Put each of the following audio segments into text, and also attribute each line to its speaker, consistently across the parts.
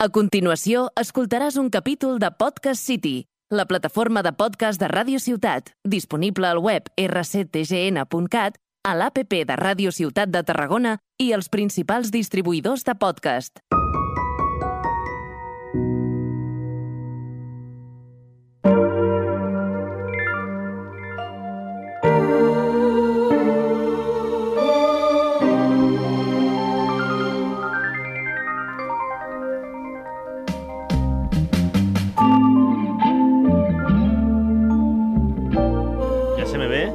Speaker 1: A continuació, escoltaràs un capítol de Podcast City, la plataforma de podcast de Ràdio Ciutat, disponible al web rctgn.cat, a l'APP de Ràdio Ciutat de Tarragona i els principals distribuïdors de podcast.
Speaker 2: ¿Ya se me ve?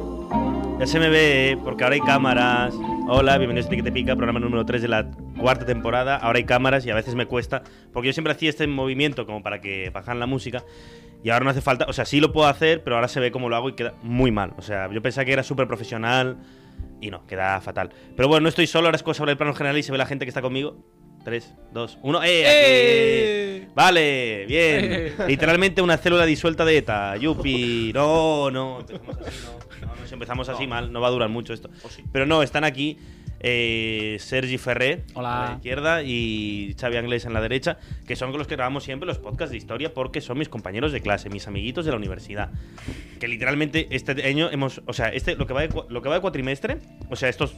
Speaker 2: Ya se me ve, porque ahora hay cámaras. Hola, bienvenidos a Ni que te pica, programa número 3 de la cuarta temporada. Ahora hay cámaras y a veces me cuesta, porque yo siempre hacía este movimiento como para que bajan la música. Y ahora no hace falta, o sea, sí lo puedo hacer, pero ahora se ve cómo lo hago y queda muy mal. O sea, yo pensaba que era súper profesional y no, queda fatal. Pero bueno, no estoy solo, ahora es cosa sobre el plano general y se ve la gente que está conmigo. 3, 2, 1, ¡eh! aquí!
Speaker 3: ¡Eh!
Speaker 2: Vale, bien.
Speaker 3: Eh.
Speaker 2: Literalmente una célula disuelta de ETA. Yupi. No, no. Empezamos así, no. No, no, si empezamos así mal, no va a durar mucho esto. Pero no, están aquí eh, Sergi Ferré
Speaker 3: Hola.
Speaker 2: a la izquierda y Xavi Anglés en la derecha, que son con los que grabamos siempre los podcasts de historia porque son mis compañeros de clase, mis amiguitos de la universidad. Que literalmente este año hemos. O sea, este, lo, que va de, cua- lo que va de cuatrimestre, o sea, estos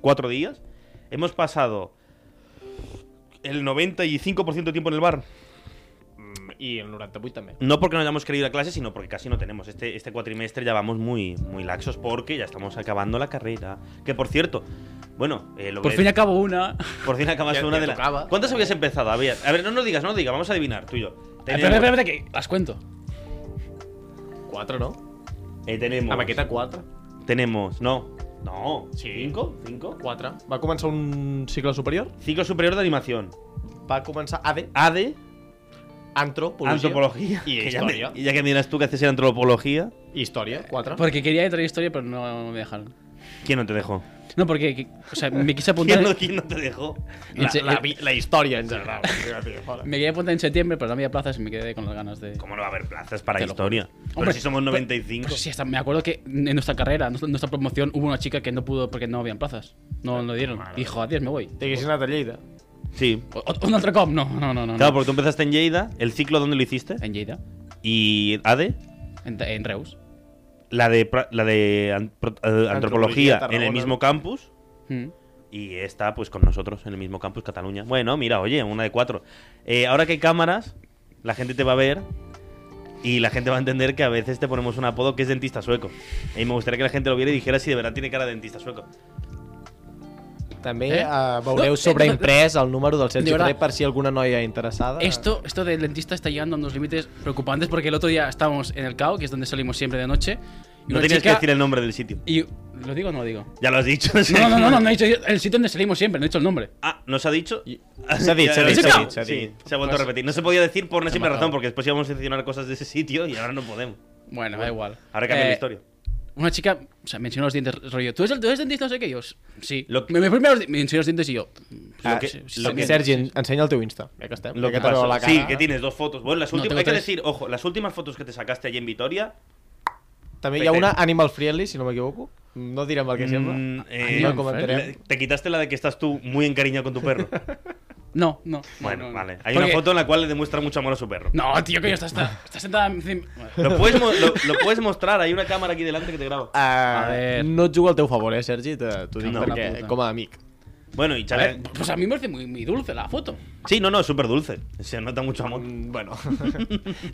Speaker 2: cuatro días, hemos pasado el 95% de tiempo en el bar.
Speaker 3: Mm, I el 98 també.
Speaker 2: No porque no hayamos querido ir a clase, sino porque casi no tenemos. Este, este cuatrimestre ya vamos muy, muy laxos porque ya estamos acabando la carrera. Que por cierto, bueno, eh, lo
Speaker 3: Por
Speaker 2: que-
Speaker 3: fin acabo una.
Speaker 2: por fin acabas
Speaker 3: Ya-
Speaker 2: una
Speaker 3: ya
Speaker 2: de las.
Speaker 3: tocaba.
Speaker 2: ¿Cuántas habías empezado? A ver, a ver, no nos digas, no nos digas, vamos a adivinar, tú y yo.
Speaker 3: Espera, espera, espera, que las cuento.
Speaker 4: 4, no?
Speaker 2: eh, tenemos.
Speaker 3: Ah,
Speaker 4: La maqueta 4.
Speaker 2: Tenemos. No. No.
Speaker 4: Sí.
Speaker 2: ¿Cinco? ¿Cinco?
Speaker 4: 4. Va començar un cicle superior,
Speaker 2: Ciclo superior de animación.
Speaker 4: va començar AD,
Speaker 2: ADE,
Speaker 4: antropologia
Speaker 2: antropología.
Speaker 4: Y
Speaker 2: que ya
Speaker 4: historia.
Speaker 2: me- y ya que me dirás tú que haces en antropología,
Speaker 4: i història,
Speaker 2: Ah.
Speaker 4: 4.
Speaker 3: Porque quería entrar en historia, pero no me dejaron.
Speaker 2: ¿quién no te dejó?
Speaker 3: No, porque, que- o sea, me quise apuntar.
Speaker 2: ¿Quién no,
Speaker 3: en-
Speaker 2: quién no te dejó?
Speaker 4: La,
Speaker 3: en se-
Speaker 4: la, vi- la història en general.
Speaker 3: me quería apuntar en septiembre, pero no había plazas y me quedé con las ganas de.
Speaker 2: ¿Cómo no va a haber plazas para
Speaker 3: Te lo
Speaker 2: historia? Pero
Speaker 3: Hombre,
Speaker 2: si somos 95.
Speaker 3: Pues sí, hasta me acuerdo que en nuestra carrera, en nuestra- nuestra promoción, hubo una chica que no pudo porque no habían plazas. No lo dieron.
Speaker 2: Madre.
Speaker 3: Dijo, adiós, me voy.
Speaker 4: T'haguessin anat a Lleida.
Speaker 2: Sí.
Speaker 3: O- o- ¿Un otro cop? No, no, no, no.
Speaker 2: Claro,
Speaker 3: no.
Speaker 2: porque tú empezaste en Lleida, el ciclo dónde lo hiciste
Speaker 3: En Lleida,
Speaker 2: y ADE,
Speaker 3: en, en Reus.
Speaker 2: la de pra- la de an- pro- eh, antropología en
Speaker 4: Tarragona.
Speaker 2: el mismo campus
Speaker 3: Mm.
Speaker 2: y está pues con nosotros en el mismo campus Cataluña. Bueno, mira, oye, una de cuatro. Eh, ahora que hay cámaras, la gente te va a ver y la gente va a entender que a veces te ponemos un apodo que es dentista sueco. Y me gustaría que la gente lo viera y dijera si de verdad tiene cara de dentista sueco.
Speaker 4: També
Speaker 3: Eh?
Speaker 4: eh? uh, veureu no,
Speaker 3: No,
Speaker 4: sobreimprès el número del Sergi
Speaker 3: De verdad.
Speaker 4: Ferrer per si alguna noia
Speaker 2: Ah.
Speaker 4: interessada.
Speaker 3: Esto, esto del dentista está llegando a unos límites preocupantes porque el otro día estábamos en el CAO, que es donde salimos siempre de noche. y
Speaker 2: No
Speaker 3: una
Speaker 2: tenías que
Speaker 3: chica-
Speaker 2: decir el nombre del sitio.
Speaker 3: Y... ¿Lo digo o no lo digo?
Speaker 2: Ya lo has dicho. o sea,
Speaker 3: No, no, no, no, no he dicho el sitio donde salimos siempre, no he dicho el nombre.
Speaker 2: Ah, ¿nos ha dicho?
Speaker 4: I-
Speaker 2: Ah,
Speaker 4: se ha dicho,
Speaker 2: ya,
Speaker 4: se ha
Speaker 2: ya,
Speaker 3: dicho,
Speaker 2: sí,
Speaker 3: se ha
Speaker 4: dicho, se ha
Speaker 2: sí,
Speaker 4: dicho.
Speaker 2: se ha vuelto a
Speaker 3: Pues
Speaker 2: repetir. No se podía decir por una simple
Speaker 3: matado.
Speaker 2: razón, porque después íbamos a mencionar cosas de ese sitio y ahora no podemos.
Speaker 3: Bueno, da igual.
Speaker 2: Ahora cambia
Speaker 3: Eh,
Speaker 2: la historia.
Speaker 3: Una chica, o sea, mencionó los dientes, rollo, ¿tú eres, el, tú eres dentista? No sé qué, yo, sí.
Speaker 2: Lo-
Speaker 3: Me, me primero los di- me enseñó los dientes y yo... mm,
Speaker 4: Ah,
Speaker 2: Lo que-
Speaker 3: sí, sí,
Speaker 2: lo
Speaker 3: sí,
Speaker 2: que-
Speaker 3: sí.
Speaker 4: Sergi, en- ensenya el teu Insta. Ja que estem.
Speaker 2: Lo
Speaker 4: ja
Speaker 2: que
Speaker 4: que t'ha
Speaker 2: pasó.
Speaker 4: la cara.
Speaker 2: Sí, que tienes dos fotos. Bueno, las
Speaker 3: No,
Speaker 2: últimas,
Speaker 3: tengo
Speaker 2: hay que
Speaker 3: tres.
Speaker 2: decir, ojo, las últimas fotos que te sacaste allí en Vitoria.
Speaker 4: També hi ha una Animal Friendly, si no m'equivoco. No direm el que sembla.
Speaker 2: mm, eh,
Speaker 3: Ahí
Speaker 4: no
Speaker 3: Ah, en
Speaker 4: comentaré.
Speaker 2: la- te quitaste la de que estás tú muy encariñado con tu perro.
Speaker 3: No, no. no,
Speaker 2: Bueno,
Speaker 3: no, no.
Speaker 2: vale. Hay
Speaker 3: Porque-
Speaker 2: una foto en la cual le demuestra mucho amor a su perro.
Speaker 3: No, tío, coño, estás está, está sentada encima...
Speaker 2: Lo puedes, mo- lo, lo puedes mostrar, hay una cámara aquí delante que te graba.
Speaker 4: Ah,
Speaker 3: A ver.
Speaker 4: no et jugo al teu favor, eh, Sergi? Te- T'ho dic
Speaker 2: No.
Speaker 3: La
Speaker 4: perquè,
Speaker 3: puta.
Speaker 4: com a amic.
Speaker 2: Bueno, y
Speaker 3: A
Speaker 2: Chávez.
Speaker 3: ver, pues a mí me parece muy, muy dulce la foto.
Speaker 2: Sí, no, no, es súper dulce. Se nota mucho amor.
Speaker 4: Mm, bueno.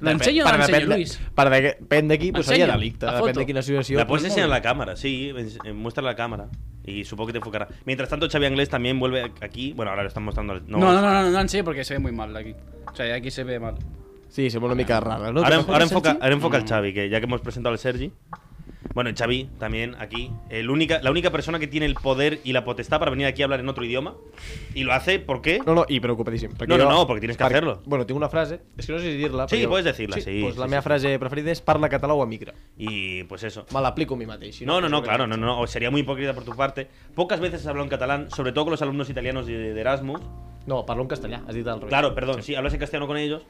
Speaker 3: La enseño, o no la enseño, Luis.
Speaker 4: Per de, depèn de qui,
Speaker 3: Enseño,
Speaker 4: pues, seria delicte.
Speaker 3: la
Speaker 4: Depèn
Speaker 3: foto.
Speaker 4: de quina situació.
Speaker 2: La puedes
Speaker 4: pues,
Speaker 2: enseñar en la cámara, sí, ens- eh, muestra la cámara. Y supongo que te enfocará. Mientras tanto, Xavi Anglés también vuelve aquí. Bueno, ahora lo están mostrando. al-
Speaker 3: No, no, no, no, no, la enseño porque se ve muy mal aquí. O sea, aquí se ve mal.
Speaker 4: Sí, sembla una mica rara, no?
Speaker 2: Ahora,
Speaker 4: Que
Speaker 2: ahora
Speaker 4: mejor
Speaker 2: enfoca,
Speaker 4: Sergi?
Speaker 2: ahora enfoca al Xavi, que ya que hemos presentado al Sergi. Bueno, el Xavi también aquí. El única, la única persona que tiene el poder y la potestad para venir aquí a hablar en otro idioma. Y lo hace, ¿por qué?
Speaker 4: No, no, i preocupadíssim. perquè
Speaker 2: No, no,
Speaker 4: jo-
Speaker 2: no, perquè tienes que hacerlo.
Speaker 4: Bueno, tinc una frase, és que no sé si dir-la.
Speaker 2: Sí,
Speaker 4: perquè jo-
Speaker 2: puedes decirla, sí,
Speaker 4: Pues la
Speaker 2: sí,
Speaker 4: meva frase preferida és parla català o emigra.
Speaker 2: Y pues eso.
Speaker 4: Me l'aplico a mi mateix. si pues
Speaker 2: No, no, no,
Speaker 4: segurament.
Speaker 2: claro, no, no. o Sería muy hipócrita por tu parte. Pocas veces has hablado en catalán, sobre todo con los alumnos italianos de de Erasmus.
Speaker 4: No, parlo en castellà, has dit al revés.
Speaker 2: Claro, perdón, si hablas en castellano con ellos,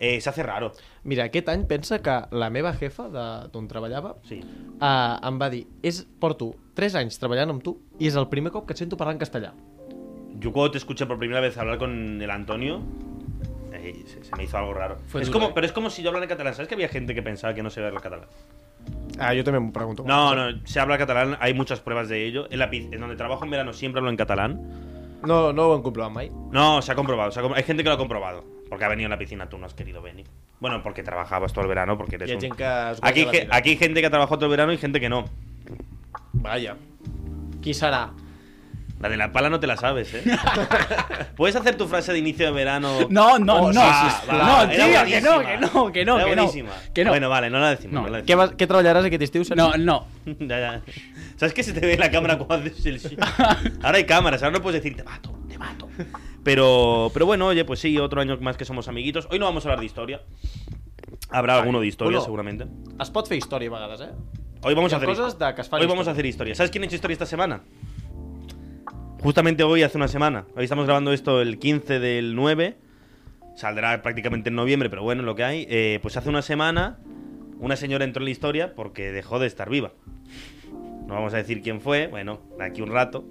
Speaker 2: eh, se hace raro.
Speaker 4: Mira, aquest any pensa que la meva jefa de- d'on treballava
Speaker 2: Sí.
Speaker 4: eh, em va dir és, porto 3 anys treballant amb tu i és el primer cop que et sento parlar en castellà.
Speaker 2: Yo cuando te escuché por primera vez hablar con el Antonio, eh, se, se me hizo algo raro.
Speaker 3: Fue
Speaker 2: es
Speaker 3: duro,
Speaker 2: como,
Speaker 3: eh.
Speaker 2: pero es como si yo hablara en catalán. ¿Sabes que había gente que pensaba que no se habla catalán?
Speaker 4: Ah, yo también me pregunto.
Speaker 2: No, no, se habla catalán, hay muchas pruebas de ello. En, la, piz- en donde trabajo en verano siempre hablo en catalán.
Speaker 4: No, no en cumpleaños, mai.
Speaker 2: No, se ha comprobado, se ha compro- hay gente que lo ha comprobado. Porque ha venido en la piscina, tú no has querido venir. Bueno, porque trabajabas todo el verano, porque eres
Speaker 4: Hi ha
Speaker 2: un-
Speaker 4: gent que es guanya
Speaker 2: Aquí,
Speaker 4: la
Speaker 2: ge-
Speaker 4: vida.
Speaker 2: aquí hay gente que ha trabajado todo el verano y gente que no.
Speaker 4: Vaya. Qui serà?
Speaker 2: La de la pala no te la sabes, ¿eh? ¿Puedes hacer tu frase de inicio de verano?
Speaker 3: No, no,
Speaker 2: Oh,
Speaker 3: no.
Speaker 2: sí, sí,
Speaker 3: no,
Speaker 2: va, era
Speaker 3: tío, que no,
Speaker 2: buenísima.
Speaker 3: que no, que no,
Speaker 2: Era
Speaker 3: que no.
Speaker 2: buenísima.
Speaker 3: Que no.
Speaker 2: Bueno, vale, no la decimos.
Speaker 3: No.
Speaker 2: No, la
Speaker 4: Què,
Speaker 2: decimos.
Speaker 4: vas, què treballaràs aquest estiu? Sergi?
Speaker 3: No, no.
Speaker 2: Ya, ya. ¿Sabes que se te ve la cámara cuando haces el shit? Ahora hay cámaras, ahora no puedes decir te mato, te mato. Pero, pero bueno, oye, pues sí, otro año más que somos amiguitos. Hoy no vamos a hablar de historia. Habrá alguno de historia,
Speaker 4: Bueno.
Speaker 2: seguramente.
Speaker 4: Es pot fer història a vegades, eh?
Speaker 2: Hoy vamos
Speaker 4: Hi
Speaker 2: a
Speaker 4: ha
Speaker 2: hacer
Speaker 4: coses
Speaker 2: histo-
Speaker 4: de que es fan
Speaker 2: Hoy vamos a hacer historia. ¿Sabes quién ha hecho historia esta semana? Justamente hoy, hace una semana. Hoy estamos grabando esto el 15 del 9. Saldrá prácticamente en noviembre, pero bueno, lo que hay. Eh, pues hace una semana, una señora entró en la historia porque dejó de estar viva. No vamos a decir quién fue, bueno, de aquí un rato.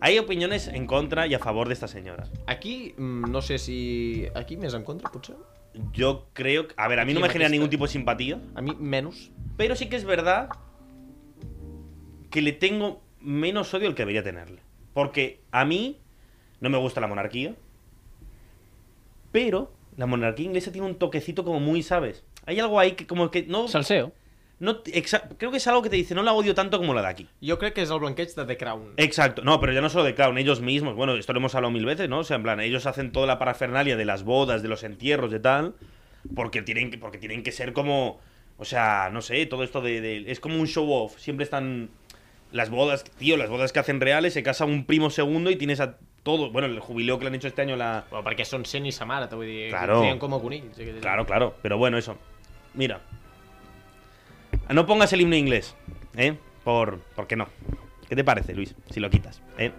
Speaker 2: Hay opiniones en contra y a favor de esta señora.
Speaker 4: Aquí, mm, no sé si... Aquí més en contra, potser?
Speaker 2: Yo creo que. A ver, a mí no
Speaker 4: Aquí
Speaker 2: me
Speaker 4: en
Speaker 2: genera
Speaker 4: esta.
Speaker 2: ningún tipo de simpatía.
Speaker 4: A mi, menys.
Speaker 2: Pero sí que es verdad que le tengo menos odio al que debería tenerle. Porque a mí no me gusta la monarquía. Pero la monarquía inglesa tiene un toquecito como muy, ¿sabes? Hay algo ahí que como que no...
Speaker 3: Salseo.
Speaker 2: no exa- creo que es algo que te dice, no la odio tanto como la de aquí.
Speaker 4: Jo crec que és el blanqueig de The Crown.
Speaker 2: Exacto, no, pero ya no solo de Crown, ellos mismos, bueno, esto lo hemos hablado mil veces, ¿no? O sea, en plan, ellos hacen toda la parafernalia de las bodas, de los entierros, de tal, porque tienen que, porque tienen que ser como, o sea, no sé, todo esto de, de- Es como un show off, siempre están las bodas, tío, las bodas que hacen reales, se casa un primo segundo y tienes a todo, bueno, el jubileo que le han hecho este año la...
Speaker 4: Bueno, perquè són 100 i sa mare, t'ho vull dir.
Speaker 2: Claro.
Speaker 4: Crien com a conills. aquests.
Speaker 2: Claro, claro, pero bueno, eso. Mira, no pongas el himno inglés, ¿eh? Por, ¿Por qué no? ¿Qué te parece, Luis, si lo quitas? ¿eh?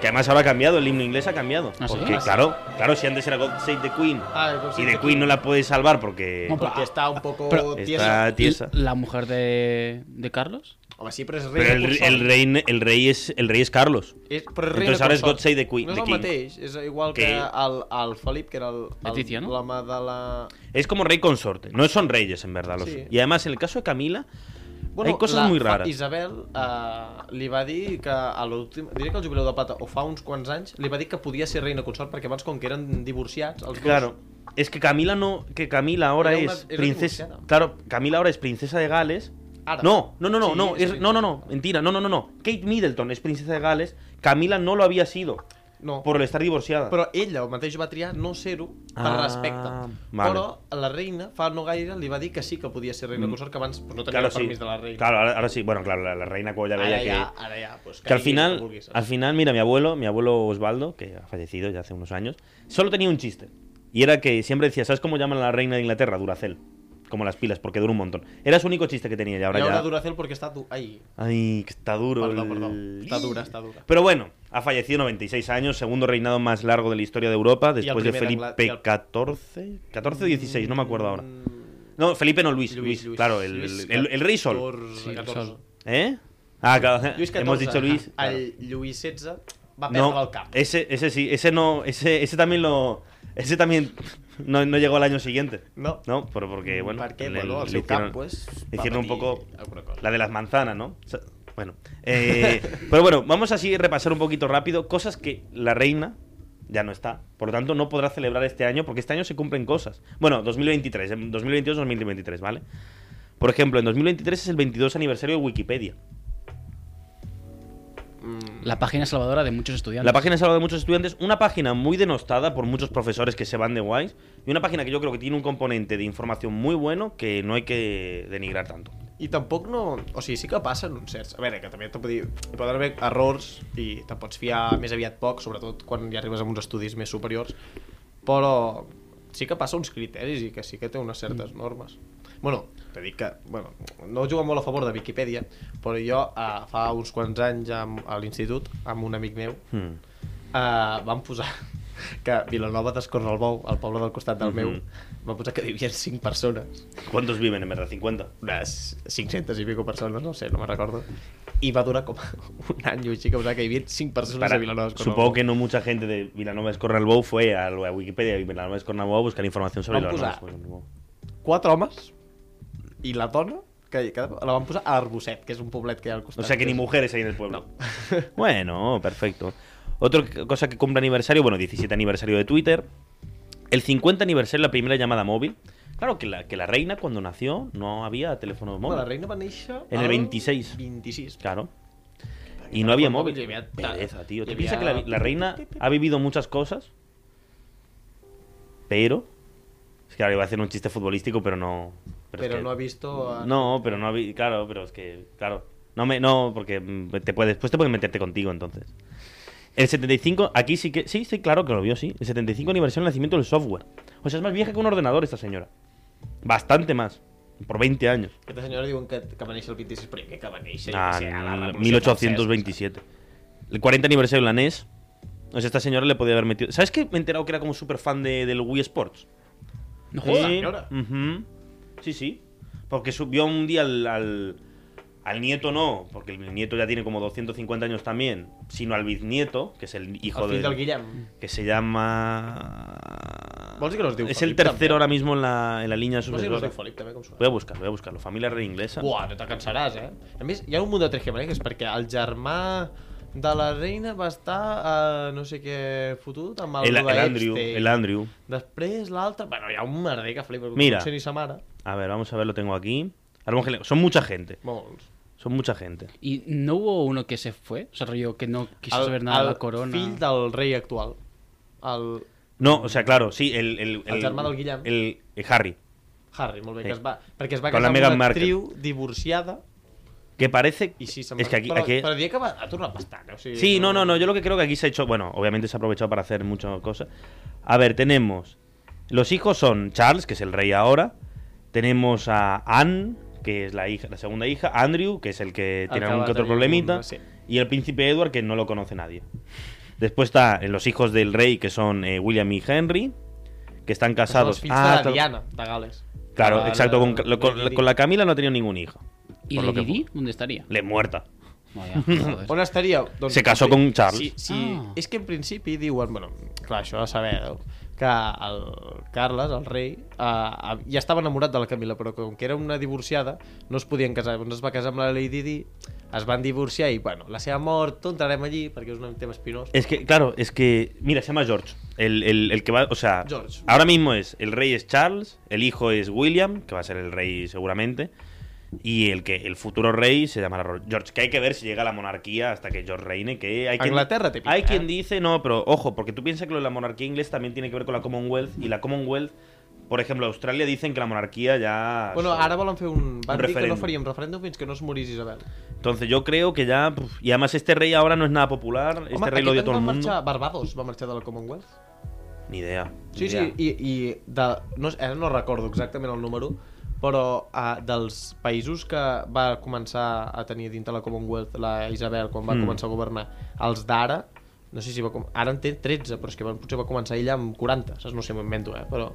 Speaker 2: Que además ahora ha cambiado, el himno inglés ha cambiado.
Speaker 3: ¿Ah, sí?
Speaker 2: porque,
Speaker 3: Ah, sí.
Speaker 2: claro, claro, si antes era God Save the Queen
Speaker 4: Ah, com si-
Speaker 2: y The Queen no la puedes salvar porque
Speaker 3: No, pero-
Speaker 4: Perquè està un poco
Speaker 3: Però-
Speaker 4: tiesa.
Speaker 2: está tiesa.
Speaker 3: La mujer de, de Carlos.
Speaker 4: Home, sí, però és rei
Speaker 2: Pero el,
Speaker 4: de
Speaker 2: el rey, el, rey es, el rey es Carlos.
Speaker 4: És, però és rei
Speaker 2: Entonces
Speaker 4: de
Speaker 2: ahora es
Speaker 4: consort.
Speaker 2: God Save the Queen-
Speaker 4: No és
Speaker 2: the
Speaker 4: el
Speaker 2: King.
Speaker 4: mateix, és igual que,
Speaker 2: Que-
Speaker 4: el, el Felip, que era el, el
Speaker 3: Letizia, no?
Speaker 4: l'home de la...
Speaker 2: Es como rey consorte. No son reyes, en verdad. Los...
Speaker 4: Sí.
Speaker 2: Y además, en el caso de Camila, hay cosas
Speaker 4: la
Speaker 2: muy
Speaker 4: fa-
Speaker 2: raras.
Speaker 4: Isabel eh, li va dir que a l'últim... Diré que el jubileu de plata, o fa uns quants anys, li va dir que podia ser reina consort, perquè abans, com que eren divorciats, els
Speaker 2: Claro. Es que Camila no. Que Camila ahora
Speaker 4: Era una-
Speaker 2: es
Speaker 4: era
Speaker 2: princesa.
Speaker 4: divorciada.
Speaker 2: Claro, Camila ahora es princesa de Gales.
Speaker 4: Ara.
Speaker 2: No, no, no, no,
Speaker 4: Sí,
Speaker 2: no,
Speaker 4: és
Speaker 2: es- no, no, no, mentira, no, no, no, no. Kate Middleton es princesa de Gales. Camila no lo había sido
Speaker 4: dos... No,
Speaker 2: por el estar divorciada.
Speaker 4: però ella mateix va triar no ser-ho per
Speaker 2: Ah,
Speaker 4: respecte.
Speaker 2: vale. Mm.
Speaker 4: Però la reina, fa no gaire, li va dir que sí que podia ser reina consort, que abans pues, no tenia
Speaker 2: claro,
Speaker 4: el permís
Speaker 2: sí.
Speaker 4: de la reina.
Speaker 2: Claro, ahora, ahora sí. Bueno, claro, la, la reina cuando Ah, ya veía
Speaker 4: ara
Speaker 2: que.
Speaker 4: ja, ara ja, pues,
Speaker 2: Que al
Speaker 4: digui el
Speaker 2: final,
Speaker 4: vulguis, saps?
Speaker 2: al final, mira, mi abuelo, mi abuelo Osvaldo, que ha fallecido ya hace unos años, solo tenía un chiste. Y era que siempre decía, ¿sabes cómo llaman a la reina de Inglaterra? Duracel. Como las pilas, porque dura un montón. Era su único chiste que tenía y ahora
Speaker 4: I
Speaker 2: ya...
Speaker 4: ara Duracell perquè està... Du... Ai,
Speaker 2: Ay, que está duro.
Speaker 4: Perdón,
Speaker 2: el-
Speaker 4: perdón. Está dura, está dura.
Speaker 2: Pero bueno, ha fallecido 96 años, segundo reinado más largo de la historia de Europa, después de
Speaker 4: primer
Speaker 2: Felipe
Speaker 4: Angla- y al-
Speaker 2: XIV. 14 o 16, no me acuerdo ahora.
Speaker 4: Mm,
Speaker 2: No, Felipe no, Luis. Luis,
Speaker 4: Lluís, Lluís.
Speaker 2: claro, el,
Speaker 4: Lluís
Speaker 2: el- el- el rei Sol.
Speaker 4: 14,
Speaker 3: Sí, el
Speaker 4: 14.
Speaker 3: Sol.
Speaker 2: ¿Eh? Ah, claro,
Speaker 4: Lluís XIV.
Speaker 2: hemos dicho Luis.
Speaker 4: ajá,
Speaker 2: claro.
Speaker 4: El Lluís XVI va perdre
Speaker 2: No, eh,
Speaker 4: el cap.
Speaker 2: ese, ese sí, ese no, ese, ese también lo... Ese también no, no llegó al año siguiente.
Speaker 4: No.
Speaker 2: No, pero porque, bueno...
Speaker 4: Perquè,
Speaker 2: le-
Speaker 4: bueno, el
Speaker 2: le
Speaker 4: seu
Speaker 2: hicieron-
Speaker 4: cap, pues,
Speaker 2: le
Speaker 4: va
Speaker 2: hicieron un
Speaker 4: patir
Speaker 2: poco
Speaker 4: alguna cosa.
Speaker 2: La de las manzanas, ¿no? O sea, bueno. eh, pero bueno, vamos así a repasar un poquito rápido cosas que la reina ya no está. Por lo tanto, no podrá celebrar este año porque este año se cumplen cosas. Bueno, 2023, en 2022, 2023, ¿vale? Por ejemplo, en 2023 es el 22 aniversario de Wikipedia.
Speaker 4: Mm,
Speaker 3: La página salvadora de muchos estudiantes.
Speaker 2: La página es algo de muchos estudiantes, una página muy denostada por muchos profesores que se van de guays y una página que yo creo que tiene un componente de información muy bueno que no hay que denigrar tanto.
Speaker 4: I tampoc no... O sigui, sí que passen uns certs... A veure, que també te pot dir, hi poden haver errors i te'n pots fiar més aviat poc, sobretot quan ja arribes a uns estudis més superiors, però sí que passa uns criteris i que sí que té unes certes normes. Bueno, t'he dit que bueno, no jugo molt a favor de Viquipèdia, però jo eh, fa uns quants anys amb, a l'institut, amb un amic meu,
Speaker 2: Hmm.
Speaker 4: uh, van posar que Vilanova d'Escorralbou, el poble del costat del meu,
Speaker 2: Mhm.
Speaker 4: van posar que vivien 5 persones
Speaker 2: ¿Cuántos viven en verdad? ¿50?
Speaker 4: unes 500 i pico persones, no sé, no me'n recordo, i va durar com un any o així que posava que hi havia 5 persones
Speaker 2: Para-
Speaker 4: a Vilanova d'Escornalbou.
Speaker 2: supongo que no mucha gente de Vilanova de Escornalbou fue a la Wikipedia de Vilanova de Escornalbou a buscar información sobre
Speaker 4: Van
Speaker 2: Vilanova de
Speaker 4: posar-
Speaker 2: Escornalbou.
Speaker 4: Quatre homes i la dona que que la van posar a Arbusset, que és un poblet que hi ha al
Speaker 2: O
Speaker 4: costat.
Speaker 2: sea que ni mujeres hay en el pueblo. bueno, perfecto. Otra c- cosa que cumple aniversario, bueno, 17 aniversario de Twitter. El 50 aniversario de la primera llamada móvil. Claro que la, que la reina cuando nació no había teléfono móvil.
Speaker 4: Bueno, la reina va néixer...
Speaker 2: En el 26.
Speaker 4: 26.
Speaker 2: Claro. Y no había
Speaker 4: Tampoco
Speaker 2: móvil.
Speaker 4: llevía tal.
Speaker 2: Pereza, tío. ¿Tú
Speaker 4: Llevía-
Speaker 2: piensas que la, la reina ha vivido muchas cosas? Pero. Es que ahora iba a hacer un chiste futbolístico, pero no.
Speaker 4: Pero,
Speaker 2: es que-
Speaker 4: no ha visto... A...
Speaker 2: No, pero no había. Claro, pero es que. Claro. No, me, no porque mm, te puedes, después te pueden meterte contigo, entonces. El 75, aquí sí que. Sí, sí, claro que lo vio, sí. El 75 aniversario del nacimiento del software. O sea, es más vieja que un ordenador esta señora. Bastante más. Por 20 años.
Speaker 4: Aquesta senyora diuen que, que va néixer el 26, però que, que va néixer...
Speaker 2: Ah,
Speaker 4: jo què sé, a la
Speaker 2: en
Speaker 4: Revolució
Speaker 2: 1827. El 40 aniversario de la NES. O sea, esta señora le podía haber metido. ¿Sabes qué? Me he enterado que era como súper fan de, del Wii Sports.
Speaker 3: No
Speaker 2: Sí,
Speaker 3: jodas.
Speaker 4: señora.
Speaker 2: ujú. Sí, sí. Porque subió un día al, al, al nieto, no, porque el nieto ya tiene como 250 años también, sino al bisnieto, que es el
Speaker 4: francesa.
Speaker 2: hijo
Speaker 4: El fill del
Speaker 2: de.
Speaker 4: Guillem.
Speaker 2: Que se llama.
Speaker 4: Vols dir que no es diu
Speaker 2: Es el
Speaker 4: Felip,
Speaker 2: tercero
Speaker 4: també?
Speaker 2: ahora mismo en la, en la línea
Speaker 4: Vols dir que no es
Speaker 2: sucesora.
Speaker 4: diu Felip, també, com
Speaker 2: Voy a
Speaker 4: sona?
Speaker 2: buscarlo, voy a buscarlo. Familia real inglesa.
Speaker 4: Buah, no te cansaràs, eh? A més, hi ha un munt de tregemenegues, perquè el germà de la reina va estar, eh, no sé què, fotut amb el,
Speaker 2: el, el
Speaker 4: de
Speaker 2: Andrew,
Speaker 4: Epstein.
Speaker 2: el Andrew.
Speaker 4: Després l'altre... Bueno, hi ha un merder que flipa.
Speaker 2: Mira.
Speaker 4: No sé ni sa mare.
Speaker 2: A ver, vamos a ver, lo tengo aquí. Armón Gele- Son mucha gente.
Speaker 4: Molts.
Speaker 2: Son mucha gente.
Speaker 3: ¿Y no hubo uno que se fue? O sea, rollo que no quiso saber nada de la corona.
Speaker 4: fill del rei actual. El
Speaker 2: No, o sea, claro, sí, el. El,
Speaker 4: El germà del Guillem.
Speaker 2: El, el Harry.
Speaker 4: Harry, molt bé,
Speaker 2: Sí.
Speaker 4: que es va... Perquè es va
Speaker 2: Con la
Speaker 4: casar amb
Speaker 2: Meghan
Speaker 4: una
Speaker 2: Markle.
Speaker 4: actriu divorciada
Speaker 2: Que parece.
Speaker 4: i sí, se'n va...
Speaker 2: es que aquí.
Speaker 4: Però,
Speaker 2: aquí-
Speaker 4: però diria que va a tornar bastant, eh? O sigui,
Speaker 2: Sí, no, no, no. Yo lo que creo que aquí se ha hecho. Bueno, obviamente se ha aprovechado para hacer muchas cosas. A ver, tenemos. Los hijos son Charles, que es el rey ahora. Tenemos a Anne, que es la hija, la segunda hija. Andrew, que es el que tiene
Speaker 4: Acaba
Speaker 2: algún que otro
Speaker 4: de tener
Speaker 2: problemita.
Speaker 4: un- sí.
Speaker 2: Y el príncipe Edward, que no lo conoce nadie. Después está eh, los hijos del rei, que son eh, William y Henry, que están
Speaker 4: Que Són
Speaker 2: casados.
Speaker 4: els fills ah, de la
Speaker 2: claro.
Speaker 4: Diana, de Gales.
Speaker 2: Claro,
Speaker 4: La-
Speaker 2: exacto. Con,
Speaker 4: la-
Speaker 2: lo- con-
Speaker 4: la-
Speaker 2: con la Camila no ha tenido ningún hijo.
Speaker 3: ¿Y
Speaker 2: por lo que
Speaker 3: Lady Di?
Speaker 2: fue.
Speaker 3: ¿Dónde estaría?
Speaker 2: Le muerta.
Speaker 3: Vaya, joder.
Speaker 4: On estaria? Doncs,
Speaker 2: Se casó
Speaker 4: sí.
Speaker 2: con Charles.
Speaker 4: Sí, sí.
Speaker 3: Ah.
Speaker 4: Ah. És que en principi diuen, bueno, clar, això a saber, eh, que el Carles, el rei, eh, ja estava enamorat de la Camila, però com que era una divorciada, no es podien casar. Llavors es va casar amb la Lady Di, es van divorciar i, bueno, la seva mort, no entrarem allí, perquè és un tema espinós.
Speaker 2: Es que, claro, es que. Mira, se llama George. El, el- el que va. O sea.
Speaker 4: George.
Speaker 2: Ahora mismo es. El rey es Charles. El hijo es William, que va a ser el rey seguramente. Y el que el futuro rey se llamará Ro- George. Que hay que ver si llega la monarquía hasta que George reine. Que hay quien,
Speaker 4: Anglaterra te pica,
Speaker 2: Hay
Speaker 4: ¿eh?
Speaker 2: quien dice. No, pero ojo, porque tú piensas que lo de la monarquía inglesa también tiene que ver con la Commonwealth. Y la Commonwealth. Por ejemplo, Australia dicen que la monarquía ya.
Speaker 4: Bueno, ara volen fer un... Van
Speaker 2: Un
Speaker 4: dir que no
Speaker 2: referèndum.
Speaker 4: faríem referèndum fins que no es morís Isabel.
Speaker 2: Entonces yo creo que ya. puf, Y además este rey ahora no es nada popular. Este rey lo odia
Speaker 4: aquest any
Speaker 2: todo el
Speaker 4: va
Speaker 2: mundo.
Speaker 4: marxar Barbados, va marxar de la Commonwealth.
Speaker 2: Ni idea. ni
Speaker 4: Sí,
Speaker 2: idea.
Speaker 4: sí, i, i de, no, ara no recordo exactament el número, però uh, dels països que va començar a tenir dintre la Commonwealth la Isabel quan va
Speaker 2: Mm.
Speaker 4: mm. començar a governar, els d'ara, no sé si va com... ara en té 13, però és que va, potser va començar ella amb 40, saps? No sé, m'ho invento, eh? Però,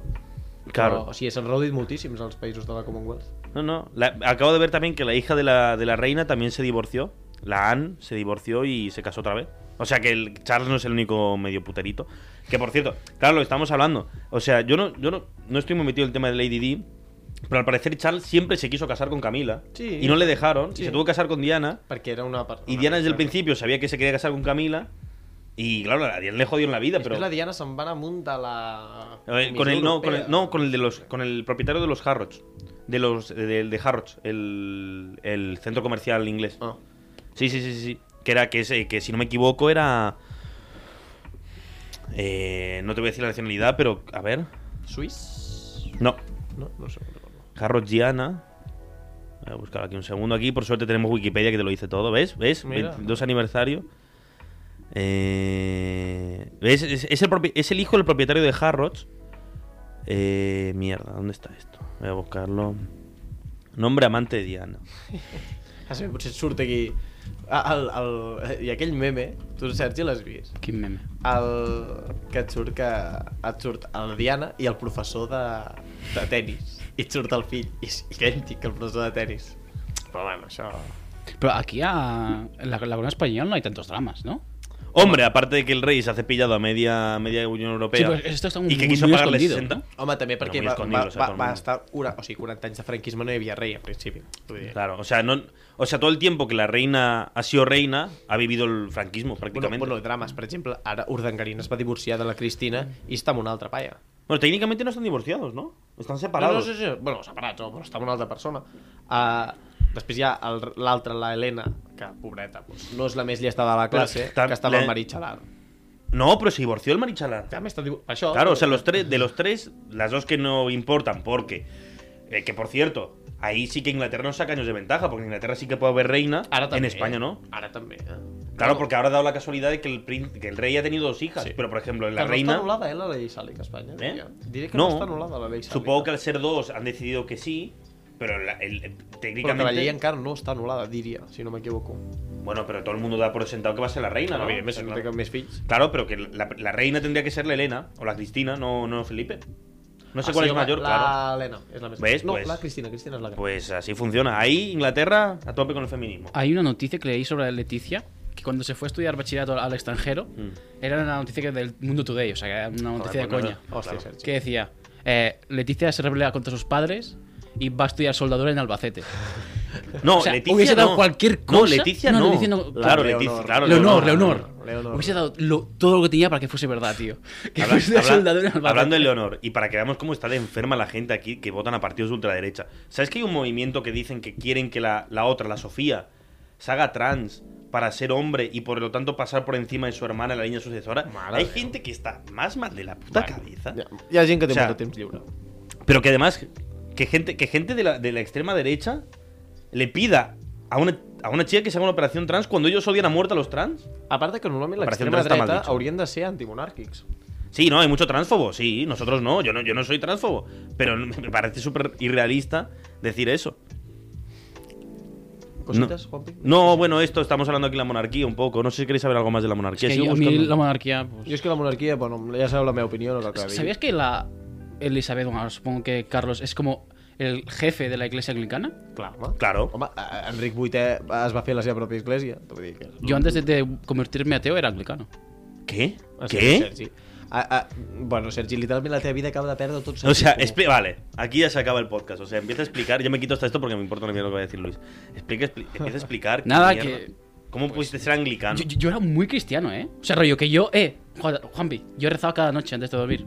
Speaker 2: Claro.
Speaker 4: però o sigui, s'han reduït moltíssims els països de la Commonwealth.
Speaker 2: No, no. La- acabo de ver también que la hija de la, de la reina también se divorció. La Anne se divorció y se casó otra vez. O sea que el Charles no es el único medio puterito. Que por cierto, claro, lo que estamos hablando. O sea, yo no, yo no, no estoy muy metido en el tema de Lady Di. Pero al parecer Charles siempre se quiso casar con Camila.
Speaker 4: Sí.
Speaker 2: Y no le dejaron.
Speaker 4: Sí. Ah,
Speaker 2: Y se tuvo que casar con Diana.
Speaker 4: Perquè era una... part-
Speaker 2: Y
Speaker 4: una-
Speaker 2: Diana desde el principio sabía que se quería casar con Camila. Y claro, a Diana le jodió en la vida,
Speaker 4: Després
Speaker 2: pero.
Speaker 4: la Diana se'n va anar amunt de la...
Speaker 2: A ver, Eh, con
Speaker 4: Comissió
Speaker 2: el, no, con
Speaker 4: Europea.
Speaker 2: el, no, con el de los, con el propietario de los Harrods, de los, de, de- de Harrods, el, el centro comercial inglés.
Speaker 4: Ah.
Speaker 2: Sí, sí, sí, sí, sí. Que era que, ese- que si no me equivoco era, eh, no te voy a decir la nacionalidad, pero a ver,
Speaker 4: Suís?
Speaker 2: no,
Speaker 4: No, no sé. no recordo.
Speaker 2: Harrods Diana. Voy a buscar aquí un segundo aquí. Por suerte tenemos Wikipedia que te lo dice todo, ¿ves? ¿Ves?
Speaker 4: Mira.
Speaker 2: 22 aniversario. Eh, ¿Ves? Es, es el propi- es el hijo del propietario de Harrods. Eh, mierda, ¿dónde está esto? Voy a buscarlo. Nombre amante de Diana.
Speaker 4: Ah, sí, potser et surt aquí... Ah, El, el, I aquell meme, tu, Sergi, l'has vist?
Speaker 3: Quin meme.
Speaker 4: El, que et surt que et surt el Diana i el professor de, de tenis. I et surt el fill. I és idèntic al professor de tenis. Però bueno, això...
Speaker 3: Pero aquí a en la, la corona española no hay tantos dramas, ¿no?
Speaker 2: Hombre, aparte de que el rey se ha cepillado a media, media Unión
Speaker 3: Sí,
Speaker 2: Europea
Speaker 3: pero esto está muy,
Speaker 2: y que
Speaker 3: muy-
Speaker 2: quiso
Speaker 3: muy
Speaker 2: pagarle 60.
Speaker 3: escondido, ¿no?
Speaker 4: Home, també perquè
Speaker 2: muy
Speaker 4: va, va,
Speaker 2: escondido, o sea,
Speaker 4: va,
Speaker 2: todo el
Speaker 4: va
Speaker 2: mundo.
Speaker 4: estar... Una, o sigui, 40 anys de franquisme no hi havia rei, al principi. Vull dir,
Speaker 2: Claro, o sea, no, o sea, todo el tiempo que la reina ha sido reina ha vivido el franquismo
Speaker 4: bueno,
Speaker 2: prácticamente. Bueno,
Speaker 4: bueno, drames, per exemple, ara Urdangarín es va divorciar de la Cristina i està amb una altra paia.
Speaker 2: técnicamente no están divorciados, ¿no? Están
Speaker 4: No, no,
Speaker 2: separados.
Speaker 4: sí, sí. Bueno, separats, no, però està amb una altra persona. Uh, després hi ha el- l'altra, la Helena, que, pobreta, doncs, no és la més llesta de la classe,
Speaker 2: Però
Speaker 4: que estava
Speaker 2: le-
Speaker 4: amb Marit Xalar.
Speaker 2: No, pero se divorció el Marichalar.
Speaker 4: També està... diu- Això...
Speaker 2: Claro, o sea, los tres, de los tres, las dos que no importan, porque. eh, que por cierto, ahí sí que Inglaterra nos saca años de ventaja, porque en Inglaterra sí que puede haber reina,
Speaker 4: Ara
Speaker 2: en
Speaker 4: també.
Speaker 2: España no.
Speaker 4: Ara també. Eh?
Speaker 2: Claro, porque ahora ha dado la casualidad de que el, prín- que el rey ha tenido dos hijas,
Speaker 4: Sí.
Speaker 2: pero por ejemplo, en
Speaker 4: Que
Speaker 2: la
Speaker 4: no
Speaker 2: reina.
Speaker 4: està anul·lada, eh, la llei sàlica a Espanya.
Speaker 2: Eh?
Speaker 4: tio. Diré que no,
Speaker 2: No.
Speaker 4: està anul·lada la llei sàlica.
Speaker 2: Supongo que al ser dos han decidido que sí, pero la- el- el-
Speaker 4: Però que la llei
Speaker 2: técnicamente.
Speaker 4: encara no està anul·lada, diria, si no m'equivoco.
Speaker 2: Bueno, pero todo el mundo da por sentado que va a ser la reina, ¿no?
Speaker 4: evidentment,
Speaker 2: O sea,
Speaker 4: si no té
Speaker 2: claro.
Speaker 4: cap més fills.
Speaker 2: Claro, pero que la, la reina tendría que ser la Elena o la Cristina, no, no Felipe. No sé
Speaker 4: Ah,
Speaker 2: cuál
Speaker 4: sí,
Speaker 2: es
Speaker 4: home,
Speaker 2: mayor,
Speaker 4: la
Speaker 2: claro.
Speaker 4: Helena és la més
Speaker 2: ¿Ves?
Speaker 4: No,
Speaker 2: Pues-
Speaker 4: la Cristina, Cristina és la gran.
Speaker 2: Pues así funciona. Ahí Inglaterra a tope con el feminismo.
Speaker 3: Hay una noticia que leí sobre Leticia, que cuando se fue a estudiar bachillerato al extranjero,
Speaker 2: Mm.
Speaker 3: era una noticia que del Mundo Today, o sea, que era una noticia
Speaker 2: pues
Speaker 3: de
Speaker 2: nada.
Speaker 3: coña.
Speaker 4: Hòstia,
Speaker 2: Claro.
Speaker 4: Sergi.
Speaker 3: Que decía, eh, Leticia se rebela contra sus padres y va a estudiar soldadura en Albacete.
Speaker 2: No,
Speaker 3: O sea,
Speaker 2: Leticia
Speaker 3: hubiese
Speaker 2: no.
Speaker 3: dado cualquier
Speaker 2: No,
Speaker 3: cosa.
Speaker 2: Leticia
Speaker 3: No,
Speaker 2: no.
Speaker 3: Leticia no.
Speaker 2: Claro,
Speaker 4: Leonor.
Speaker 2: Leticia, claro.
Speaker 3: Leonor,
Speaker 4: Leonor,
Speaker 3: Leonor.
Speaker 4: Leonor.
Speaker 3: Hubiese dado lo- todo lo que tenía para que fuese verdad, tío. Que
Speaker 2: Habla-
Speaker 3: fuese
Speaker 2: habla-
Speaker 3: soldadura en Albacete.
Speaker 2: hablando de Leonor, y para que veamos cómo está de enferma la gente aquí que votan a partidos de ultraderecha. ¿Sabes que hay un movimiento que dicen que quieren que la, la otra, la Sofía, se haga trans para ser hombre y por lo tanto pasar por encima de su hermana, la niña sucesora?
Speaker 4: Madre
Speaker 2: hay
Speaker 4: mía.
Speaker 2: gente que está más mal de la puta
Speaker 4: Bueno,
Speaker 2: cabeza.
Speaker 4: Hi ha, hi ha gent que té
Speaker 2: O sea,
Speaker 4: molt de temps lliure.
Speaker 2: Pero que además, que gente, que gente de, la, de la extrema derecha le pida a una, a una chica que se haga una operación trans cuando ellos odian a muerte a los trans.
Speaker 4: A part de que normalment
Speaker 2: Operació
Speaker 4: l'extrema
Speaker 2: Trans està mal
Speaker 4: dreta
Speaker 2: dicho.
Speaker 4: haurien de ser antimonàrquics.
Speaker 2: Sí, no, hay mucho transfobo, sí, nosotros no, yo no, yo no soy transfobo, pero me parece súper irrealista decir eso.
Speaker 4: Cosites, no. Juanpi?
Speaker 2: No, bueno, esto, estamos hablando aquí de la monarquía un poco, no sé si queréis saber algo más de la
Speaker 3: Es
Speaker 2: monarquía.
Speaker 3: que
Speaker 2: sigo
Speaker 3: yo- a mí
Speaker 2: buscando.
Speaker 3: la monarquía. pues,
Speaker 4: Jo és que la monarquia, bueno, ja sabeu la meva opinió, no cal que la digui.
Speaker 3: ¿Sabías que la Elizabeth, bueno, supongo que Carlos es como el jefe de la iglesia anglicana?
Speaker 4: Clar, home.
Speaker 2: Claro.
Speaker 4: Home, eh, Enric VIII es va fer la seva pròpia església. T'ho vull dir que...
Speaker 2: Mm.
Speaker 3: Yo antes de, de convertirme ateo era anglicano.
Speaker 2: ¿Qué?
Speaker 4: Ah, sí,
Speaker 2: ¿Qué?
Speaker 4: Sergi. Ah, ah, bueno, Sergi, literalment la teva vida acaba de perdre tot
Speaker 2: O sea,
Speaker 4: comú.
Speaker 2: expli- vale, aquí ya se acaba el podcast, o sea, empieza a explicar, yo me quito hasta esto porque me importa una mierda lo que va a decir Luis. Explica, expli- empieza a explicar... qué
Speaker 3: Nada,
Speaker 2: mierda-
Speaker 3: que- Pues,
Speaker 2: ¿Cómo pudiste ser anglicano?
Speaker 3: Yo, yo- yo era muy cristiano, ¿eh? O sea, rollo que yo, eh, joder, Juanpi, yo rezaba cada noche antes de dormir.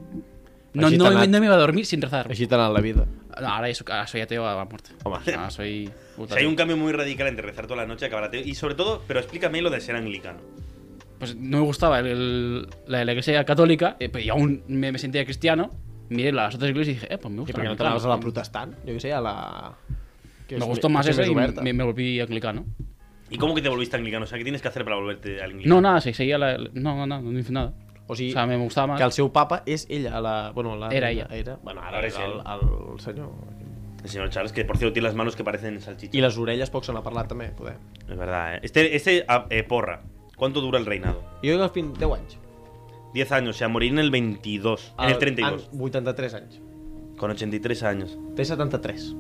Speaker 3: No,
Speaker 4: Así
Speaker 3: no,
Speaker 4: tan
Speaker 3: me-
Speaker 4: at-
Speaker 3: no me iba a dormir sin rezar.
Speaker 4: Així t'ha anat la vida.
Speaker 3: No, ahora, eso- ahora soy ateo a la muerte.
Speaker 2: Hombre.
Speaker 3: Ahora soy.
Speaker 2: O sea, hay un cambio muy radical entre rezar toda la noche, acabar ateo, y sobre todo, pero explícame lo de ser anglicano.
Speaker 3: Pues no me gustaba el- el- la, la iglesia católica, eh, pero yo aún me, me sentía cristiano. Miré las otras iglesias y dije, eh, pues me
Speaker 4: I
Speaker 3: gusta.
Speaker 4: perquè no
Speaker 3: anglicano.
Speaker 4: t'anaves a la protestant? Jo què sé, a la... que
Speaker 3: Me
Speaker 4: és
Speaker 3: gustó
Speaker 4: me-
Speaker 3: más
Speaker 4: que és
Speaker 3: eso y
Speaker 4: oberta.
Speaker 3: me, me volví anglicano.
Speaker 2: ¿Y cómo que te volviste anglicano? O sea, ¿qué tienes que hacer para volverte al
Speaker 3: No,
Speaker 2: anglicano?
Speaker 3: nada, se seguía la. No, no, no, no hice nada.
Speaker 4: O sigui,
Speaker 3: O sea, me gustaba más.
Speaker 4: que el seu papa és ella, la... Bueno, la...
Speaker 3: Era ella.
Speaker 4: Era... Bueno, ara,
Speaker 2: Ara
Speaker 4: és
Speaker 2: és
Speaker 4: el,
Speaker 2: ell.
Speaker 4: el, senyor...
Speaker 2: El señor Charles, que por cierto tiene las manos que parecen salchichas.
Speaker 4: I les orelles poc se n'ha parlat també, poder.
Speaker 2: Es verdad, ¿eh? Este, este ah, eh, porra, ¿cuánto dura el reinado?
Speaker 4: Jo crec que fins 10 anys.
Speaker 2: 10 años, o sea, morir en el 22,
Speaker 4: Ah,
Speaker 2: en el 32,
Speaker 4: En 83 anys.
Speaker 2: con 83 años.
Speaker 4: Té 73.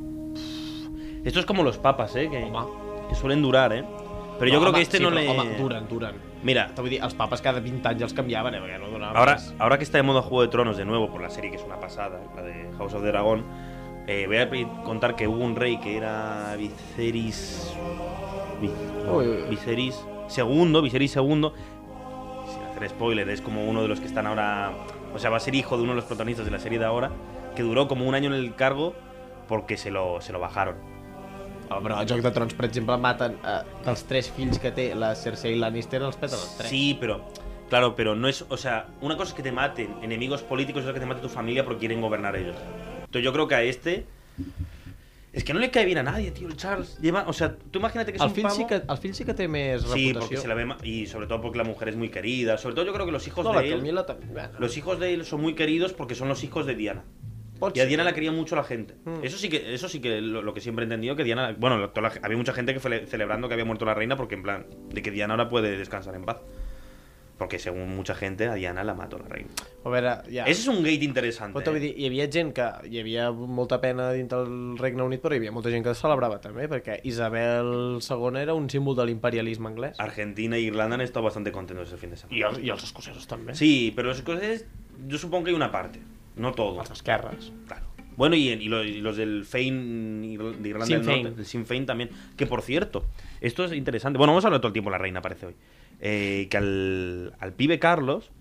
Speaker 2: Esto es como los papas, ¿eh? Que,
Speaker 4: Home.
Speaker 2: que suelen durar, ¿eh? Pero yo
Speaker 4: No,
Speaker 2: creo
Speaker 4: home,
Speaker 2: que este
Speaker 4: sí,
Speaker 2: no
Speaker 4: però,
Speaker 2: le...
Speaker 4: Home, duren, duren.
Speaker 2: Mira,
Speaker 4: Te vull dir, els papes cada 20 anys els canviaven, eh? Perquè no donaven
Speaker 2: ahora,
Speaker 4: més.
Speaker 2: ahora que está de moda Juego de Tronos de nuevo, por la serie que es una pasada, la de House of the Dragon, eh, voy a pe- contar que hubo un rey que era Viserys... Vi- no,
Speaker 4: Uy, uy, uy.
Speaker 2: Viserys II, Viserys II, sin hacer spoiler, es como uno de los que están ahora. O sea, va a ser hijo de uno de los protagonistas de la serie de ahora, que duró como un año en el cargo porque se lo, se lo bajaron.
Speaker 4: Oh, però al Joc de Trons, per exemple, maten eh, dels tres fills que té la Cersei Lannister, els peten els tres.
Speaker 2: Sí, pero. Claro, pero no es. O sea, una cosa es que te maten enemigos políticos y otra que te mate tu familia porque quieren gobernar ellos. Entonces yo creo que a este. Es que no le cae bien a nadie, tío, el Charles. Lleva, o sea, tú imagínate que es
Speaker 4: El
Speaker 2: un
Speaker 4: fill,
Speaker 2: pavo-
Speaker 4: sí que, el fill sí que té més
Speaker 2: Sí, porque
Speaker 4: reputació.
Speaker 2: se la ve ma- Y sobre todo porque la mujer es muy querida. Sobre todo yo creo que los hijos
Speaker 4: No, la
Speaker 2: de él.
Speaker 4: Camila també... Bueno,
Speaker 2: Los hijos de él son muy queridos porque son los hijos de Diana.
Speaker 4: pot
Speaker 2: Y a
Speaker 4: ser.
Speaker 2: Diana la quería mucho la gente.
Speaker 4: Mm.
Speaker 2: Eso sí que, eso sí que lo, lo que siempre he entendido que Diana, bueno, la- toda la- había mucha gente que fue celebrando que había muerto la reina porque en plan de que Diana ahora puede descansar en paz. Porque según mucha gente, a Diana la mató la reina.
Speaker 4: A veure, ja...
Speaker 2: Ese es un gate interesante. ¿eh?
Speaker 4: Però t'ho vull dir, hi havia gent que... Hi havia molta pena dintre del Regne Unit, però hi havia molta gent que celebrava també, perquè Isabel II era un símbol de l'imperialisme anglès.
Speaker 2: Argentina e Irlanda han estado bastante contentos ese fin de semana.
Speaker 4: I, el, I els escocesos també.
Speaker 2: Sí, pero los escoceses, yo supongo que hay una parte, no todo.
Speaker 4: Els esquerres.
Speaker 2: Claro. Bueno, y, y lo- y los del Fein Irl- de Irlanda
Speaker 4: Sinn
Speaker 2: del Norte,
Speaker 4: Féin.
Speaker 2: el Sinn Féin también. Que por cierto, esto es interesante. Bueno, vamos a hablar todo el tiempo de la reina, parece hoy. Eh, que al, al pibe Carlos,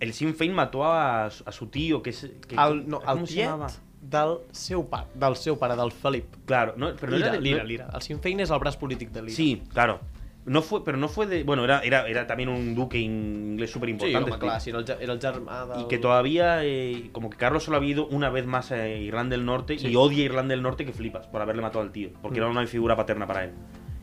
Speaker 2: el Sinn Féin mató a, su- a su tío, que es. que-
Speaker 4: El, no, el
Speaker 2: ¿cómo se llamaba?
Speaker 4: tiet del seu pare, del seu pare, del Felip.
Speaker 2: Claro, no, pero no
Speaker 4: Lira,
Speaker 2: era de- no-
Speaker 4: Lira, Lira. El Sinn Féin és el braç polític de Lira.
Speaker 2: Sí, claro. No fue, pero no fue de. Bueno, era, era, era también un duque inglés súper
Speaker 4: sí
Speaker 2: importante.
Speaker 4: home, clar, sí, era el, ge- era el germà del...
Speaker 2: Y que todavía, eh, como que Carlos solo ha habido una vez más a Irlanda del Norte
Speaker 4: Sí.
Speaker 2: y odia a Irlanda del Norte que flipas por haberle matado al tío, porque era una figura paterna para él.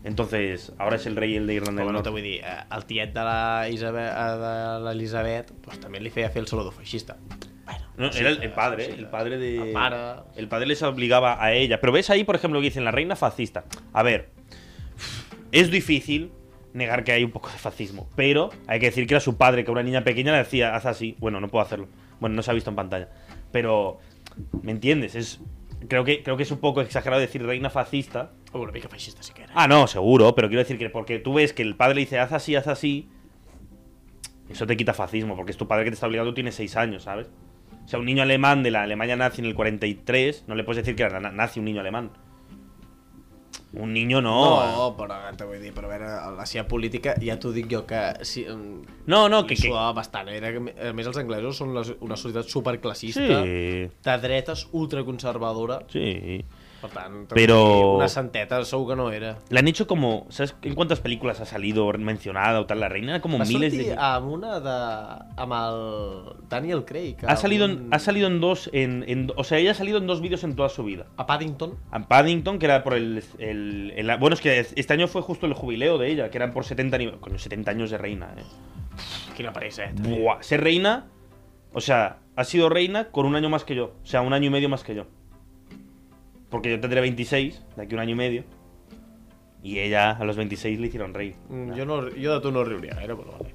Speaker 2: Entonces, ahora es el rey el de Irlanda
Speaker 4: Però
Speaker 2: del
Speaker 4: no
Speaker 2: Norte.
Speaker 4: te vull dir, eh, el tiet de la Isabel, eh, de l'Elisabet pues, també li feia fer el saludo feixista. Bueno,
Speaker 2: No, era el, el padre, eh, el padre de.
Speaker 4: El pare.
Speaker 2: el padre les obligaba a ella. Pero ves ahí, por ejemplo, que dicen la reina fascista. A ver, es difícil negar que hay un poco de fascismo, pero hay que decir que era su padre, que a una niña pequeña le decía, haz así. Bueno, no puedo hacerlo. Bueno, no se ha visto en pantalla. Pero, ¿me entiendes? Es. Creo que, creo que es un poco exagerado decir reina fascista,
Speaker 4: Oh, una mica feixista sí que era.
Speaker 2: Ah, no, seguro, pero quiero decir que porque tú ves que el padre le dice haz así, haz así, eso te quita fascismo, porque es tu padre que te está obligando, tú tienes seis años, ¿sabes? O sea, un niño alemán de la Alemania nazi en el 43, no le puedes decir que era na- nazi un niño alemán. Un niño no. eh.
Speaker 4: No, però te vull dir, però a veure, la seva política, ja t'ho dic jo, que si,
Speaker 2: No, no, que.
Speaker 4: li
Speaker 2: que-
Speaker 4: suava bastant. eh? Era, que, a més, els anglesos són les- una societat superclassista,
Speaker 2: Sí,
Speaker 4: de dretes, ultraconservadora.
Speaker 2: sí.
Speaker 4: Per tant, te
Speaker 2: Però-
Speaker 4: vull dir, una santeta segur que no era.
Speaker 2: La han hecho como. ¿Sabes en cuántas películas ha salido mencionada o tal la reina? Como
Speaker 4: Va
Speaker 2: miles
Speaker 4: sortir
Speaker 2: de.
Speaker 4: amb una de... amb el Daniel Craig.
Speaker 2: Ha salido, en,
Speaker 4: en...
Speaker 2: ha salido en dos. En, en- o sea, ella ha salido en dos vídeos en toda su vida.
Speaker 4: A Paddington.
Speaker 2: A Paddington, que era por el, el- el- Bueno, es que este año fue justo el jubileo de ella, que eran por 70 años. Coño, 70 años de reina, eh.
Speaker 4: Quina eh, pareixeta.
Speaker 2: Buah, ser reina. O sea, ha sido reina con un año más que yo. O sea, un año y medio más que yo. Porque yo tendré 26, de aquí a un año y medio. Y ella a los 26 le hicieron rey.
Speaker 4: Mm, jo, no, jo de tu no riuria gaire, però vale.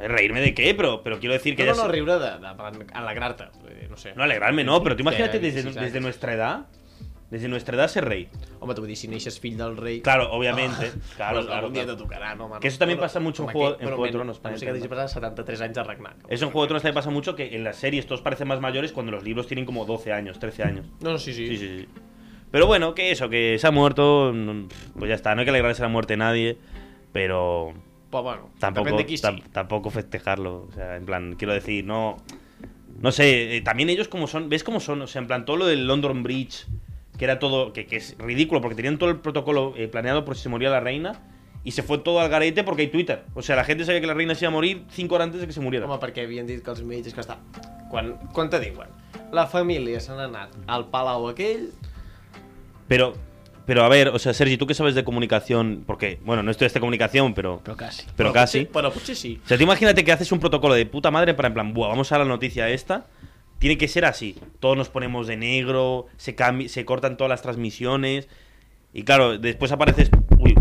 Speaker 2: Eh, ¿Reírme de qué? Pero, pero quiero decir que
Speaker 4: No, no,
Speaker 2: ella
Speaker 4: no,
Speaker 2: se-
Speaker 4: riure de, de plan, alegrar-te. Vull dir, No sé.
Speaker 2: No, alegrarme, no, pero tú imagínate
Speaker 4: Que
Speaker 2: desde,
Speaker 4: 16
Speaker 2: desde
Speaker 4: anys.
Speaker 2: nuestra edad. Desde nuestra edad ser rey.
Speaker 4: Home, t'ho vull dir, si neixes fill del rei...
Speaker 2: Claro, obviamente. Claro,
Speaker 4: pues,
Speaker 2: claro,
Speaker 4: algun dia
Speaker 2: claro.
Speaker 4: te tocarà, no, mano.
Speaker 2: Que eso también
Speaker 4: Bueno,
Speaker 2: pasa mucho en
Speaker 4: com
Speaker 2: Juego-
Speaker 4: aquell,
Speaker 2: en
Speaker 4: però
Speaker 2: Juego de
Speaker 4: men,
Speaker 2: Tronos,
Speaker 4: A no sé
Speaker 2: para
Speaker 4: que t'hagi
Speaker 2: entrar.
Speaker 4: passat 73 anys a regnar.
Speaker 2: Es un juego de Tronos también pasa mucho que en las series todos parecen más mayores cuando los libros tienen como 12 años, 13 años.
Speaker 4: No, no, sí, sí.
Speaker 2: Sí, sí, sí. Pero bueno, que eso, que se ha muerto, mm, pues ya está, no hay que alegrarse la muerte de nadie, pero
Speaker 4: Però bueno,
Speaker 2: tampoco,
Speaker 4: depèn de qui sí.
Speaker 2: tam- tampoco festejarlo. O sea, en plan, quiero decir, no. No sé, eh, también ellos como son, ¿ves cómo son? O sea, en plan, todo lo del London Bridge, que era todo, que, que es ridículo, porque tenían todo el protocolo eh, planeado por si se moría la reina, y se fue todo al garete porque hay Twitter. O sea, la gente sabía que la reina se iba a morir cinco horas antes de que se muriera.
Speaker 4: Home, perquè havien dit que els metges que està... Quan, quan te diuen? La família se n'ha anat al palau aquell...
Speaker 2: Pero, pero a ver, o sea, Sergi, tú que sabes de comunicación, porque, bueno, no estudiaste comunicación, pero, pero,
Speaker 3: Pero casi.
Speaker 2: casi.
Speaker 4: Potser, però potser sí. pues.
Speaker 2: O sea, tú imagínate que haces un protocolo de puta madre para, en plan, Buah, vamos a la noticia esta. Tiene que ser así. Todos nos ponemos de negro, se, cambi- se cortan todas las transmisiones. Y claro, después apareces. Uy,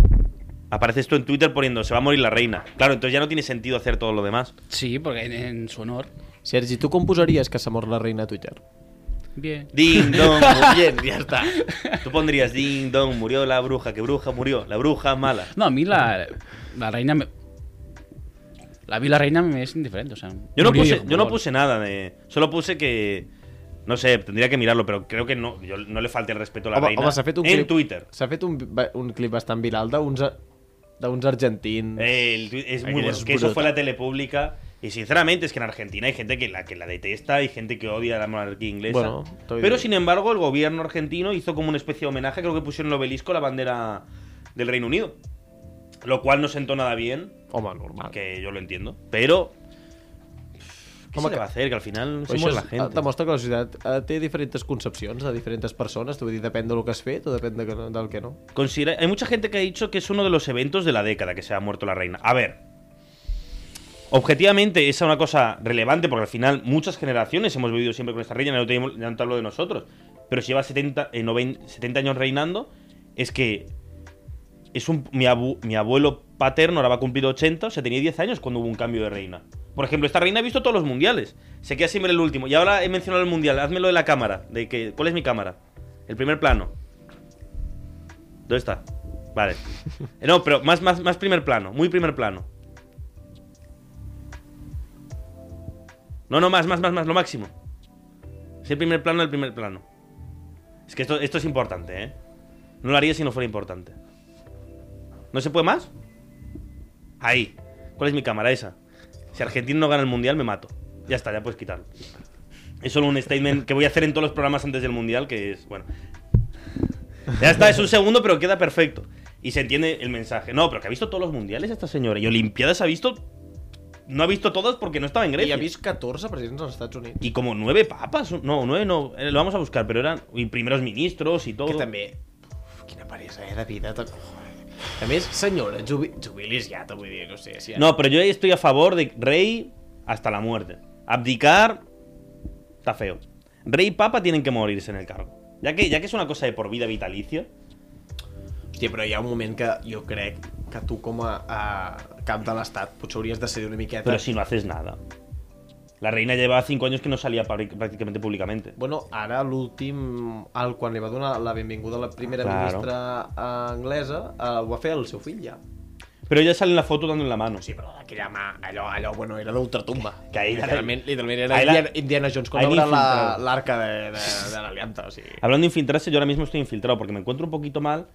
Speaker 2: apareces tú en Twitter poniendo, se va a morir la reina. Claro, entonces ya no tiene sentido hacer todo lo demás.
Speaker 3: Sí, porque en, en su honor.
Speaker 4: Sergi, tu com posaries que s'ha mort la reina a Twitter?
Speaker 3: Bien.
Speaker 2: Ding dong,
Speaker 4: Bien, ja està.
Speaker 2: tú pondrías ding dong, murió la bruja, que bruja murió, la bruja mala.
Speaker 3: No, a mí la, la reina me... La vi la reina me es indiferente, o sea...
Speaker 2: Yo no,
Speaker 3: murió
Speaker 2: puse,
Speaker 3: como
Speaker 2: yo no
Speaker 3: gol.
Speaker 2: puse nada de. Solo puse que. No sé, tendría que mirarlo, pero creo que no. Yo no le falte el respeto a la reina.
Speaker 4: s'ha fet un
Speaker 2: en
Speaker 4: clip,
Speaker 2: Twitter.
Speaker 4: S'ha fet un, va- un clip bastant viral d'uns a- d'uns argentins.
Speaker 2: Eh, el tui- es muy
Speaker 4: Aquello
Speaker 2: bueno.
Speaker 4: Mm. es
Speaker 2: que eso
Speaker 4: brutal.
Speaker 2: fue la tele pública. Y sinceramente es que en Argentina hay gente que la, que la detesta, hay gente que odia la monarquía inglesa.
Speaker 4: Bueno, estoy-
Speaker 2: pero sin embargo, el gobierno argentino hizo como una especie de homenaje. Creo que pusieron en el obelisco la bandera del Reino Unido. Lo cual no sentó nada bien,
Speaker 4: Home, normal.
Speaker 2: que yo lo entiendo. Pero. ¿Qué se
Speaker 4: Home,
Speaker 2: le
Speaker 4: que- Pues
Speaker 2: va a hacer? Que al final
Speaker 4: Però
Speaker 2: somos
Speaker 4: això
Speaker 2: la
Speaker 4: és-
Speaker 2: gente.
Speaker 4: demostra que la societat eh, té diferents concepcions de diferents persones, t'ho vull dir, depèn del que has fet o depèn de, que- del que no.
Speaker 2: Considera- Hay mucha gente que ha dicho que es uno de los eventos de la década que se ha muerto la reina. A ver. Objetivamente es una cosa relevante porque al final muchas generaciones hemos vivido siempre con esta reina, ya no, tenemos- ya no te hablo de nosotros. Pero si lleva 70, eh, 90 70 años reinando, es que es un, mi, abu- mi abuelo, Paterno ahora va a cumplir 80, o sea, tenía 10 años cuando hubo un cambio de reina. Por ejemplo, esta reina ha visto todos los mundiales. Se queda siempre en el último. Y ahora he mencionado el mundial. Házmelo de la cámara. De que, ¿Cuál es mi cámara? El primer plano. ¿Dónde está? Vale. Eh, No, pero más, más, más primer plano. Muy primer plano. No, no, más, más, más, más. Lo máximo. Es el primer plano del primer plano. Es que esto, esto es importante, ¿eh? No lo haría si no fuera importante. ¿No se puede más? Ahí. ¿Cuál es mi cámara esa? Si Argentina no gana el mundial, me mato. Ya está, ya puedes quitarlo. Es solo un statement que voy a hacer en todos los programas antes del mundial, que es, bueno. Ya está, es un segundo, pero queda perfecto. Y se entiende el mensaje. No, pero que ha visto todos los mundiales esta señora. Y Olimpiadas ha visto. No ha visto todas porque no estaba en
Speaker 4: I
Speaker 2: Grecia.
Speaker 4: ha vist 14 presidents dels Estats Units.
Speaker 2: Y como nueve papas. No, nueve no. eh, Lo vamos a buscar, pero eran. Y primeros ministros y todo.
Speaker 4: Que també... Uf, quina peresa, eh, de vida. Tot... A més, senyora, jubi... jubilis ja, te vull dir, no sé. Si ja...
Speaker 2: No, pero yo estoy a favor de rey hasta la muerte. Abdicar está feo. Rey y papa tienen que morirse en el cargo. Ya que, ya que es una cosa de por vida vitalicia.
Speaker 4: Hòstia, però hi ha un moment que jo crec que tu com a, a cap de l'estat potser hauries de ser una miqueta...
Speaker 2: Pero si no haces nada. La reina llevaba cinco años que no salía pari- prácticamente públicamente.
Speaker 4: Bueno, ara l'últim, al quan li va donar la benvinguda a la primera
Speaker 2: Claro.
Speaker 4: claro. ministra eh, anglesa, eh, ho va fer el seu fill ja.
Speaker 2: Pero ella sale en la foto dando en la mano.
Speaker 4: Sí, però d'aquella mà, allò, allò, bueno, era d'ultratumba.
Speaker 2: Que ahí la-
Speaker 4: literalment, literalment era
Speaker 2: ahí la-
Speaker 4: Indiana, Indiana Jones quan
Speaker 2: ahí la
Speaker 4: obre la-
Speaker 2: infiltrado.
Speaker 4: l'arca la, de, de, de l'Alianza, o sigui...
Speaker 2: Hablando de infiltrarse, yo ahora mismo estoy infiltrado porque me encuentro un poquito mal,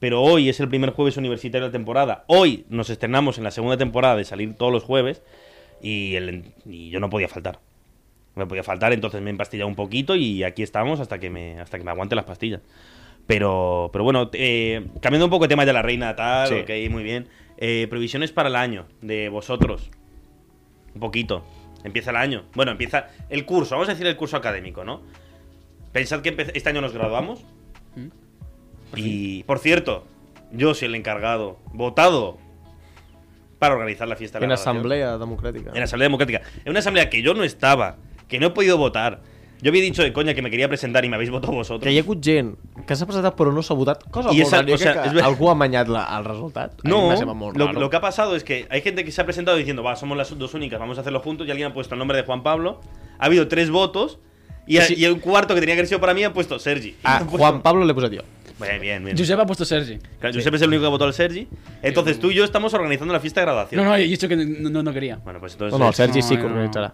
Speaker 2: pero hoy es el primer jueves universitario de la temporada. Hoy nos estrenamos en la segunda temporada de salir todos los jueves y, el- y yo no podía faltar. No Me podía faltar, entonces me he empastillado un poquito y aquí estamos hasta que me, hasta que me aguante las pastillas. Pero, pero bueno, eh, cambiando un poco de tema de la reina, tal,
Speaker 4: Sí.
Speaker 2: ok, muy bien. Eh, previsiones para el año de vosotros. Un poquito. Empieza el año. Bueno, empieza el curso. Vamos a decir el curso académico, ¿no? Pensad que empe- este año nos graduamos.
Speaker 4: Mm.
Speaker 2: Y, por cierto, yo soy el encargado, votado, para organizar la fiesta de la
Speaker 4: En
Speaker 2: graduación.
Speaker 4: assemblea democràtica.
Speaker 2: En la Asamblea Democrática. En una asamblea que yo no estaba, que no he podido votar. Yo había dicho de coña que me quería presentar y me habéis votado vosotros.
Speaker 4: Que hi ha hagut gent que s'ha presentat però no s'ha votat. Cosa
Speaker 2: I
Speaker 4: I
Speaker 2: és
Speaker 4: molt
Speaker 2: el-
Speaker 4: rara.
Speaker 2: o
Speaker 4: O
Speaker 2: sea,
Speaker 4: que
Speaker 2: és ver-
Speaker 4: algú ha manyat la, el resultat. a mi
Speaker 2: No,
Speaker 4: me sembla molt
Speaker 2: lo,
Speaker 4: raro.
Speaker 2: lo que ha pasado es que hay gente que se ha presentado diciendo, va, somos las dos únicas, vamos a hacerlo juntos, y alguien ha puesto el nombre de Juan Pablo, ha habido tres votos, y, a-
Speaker 4: Sí.
Speaker 2: y un cuarto que tenía que haber sido para mí ha puesto Sergi.
Speaker 4: A Juan Pablo l'he posat jo.
Speaker 2: Bien, bien, bien.
Speaker 3: Josep ha puesto Sergi.
Speaker 2: Claro, Josep es el único que ha votado al Sergi. Entonces tú y yo estamos organizando la fiesta de graduación.
Speaker 3: No, no, yo he dicho que no, no- no quería.
Speaker 2: Bueno, pues entonces.
Speaker 4: No, no, el Sergi
Speaker 3: No,
Speaker 4: sí que
Speaker 3: no.
Speaker 4: organitzarà.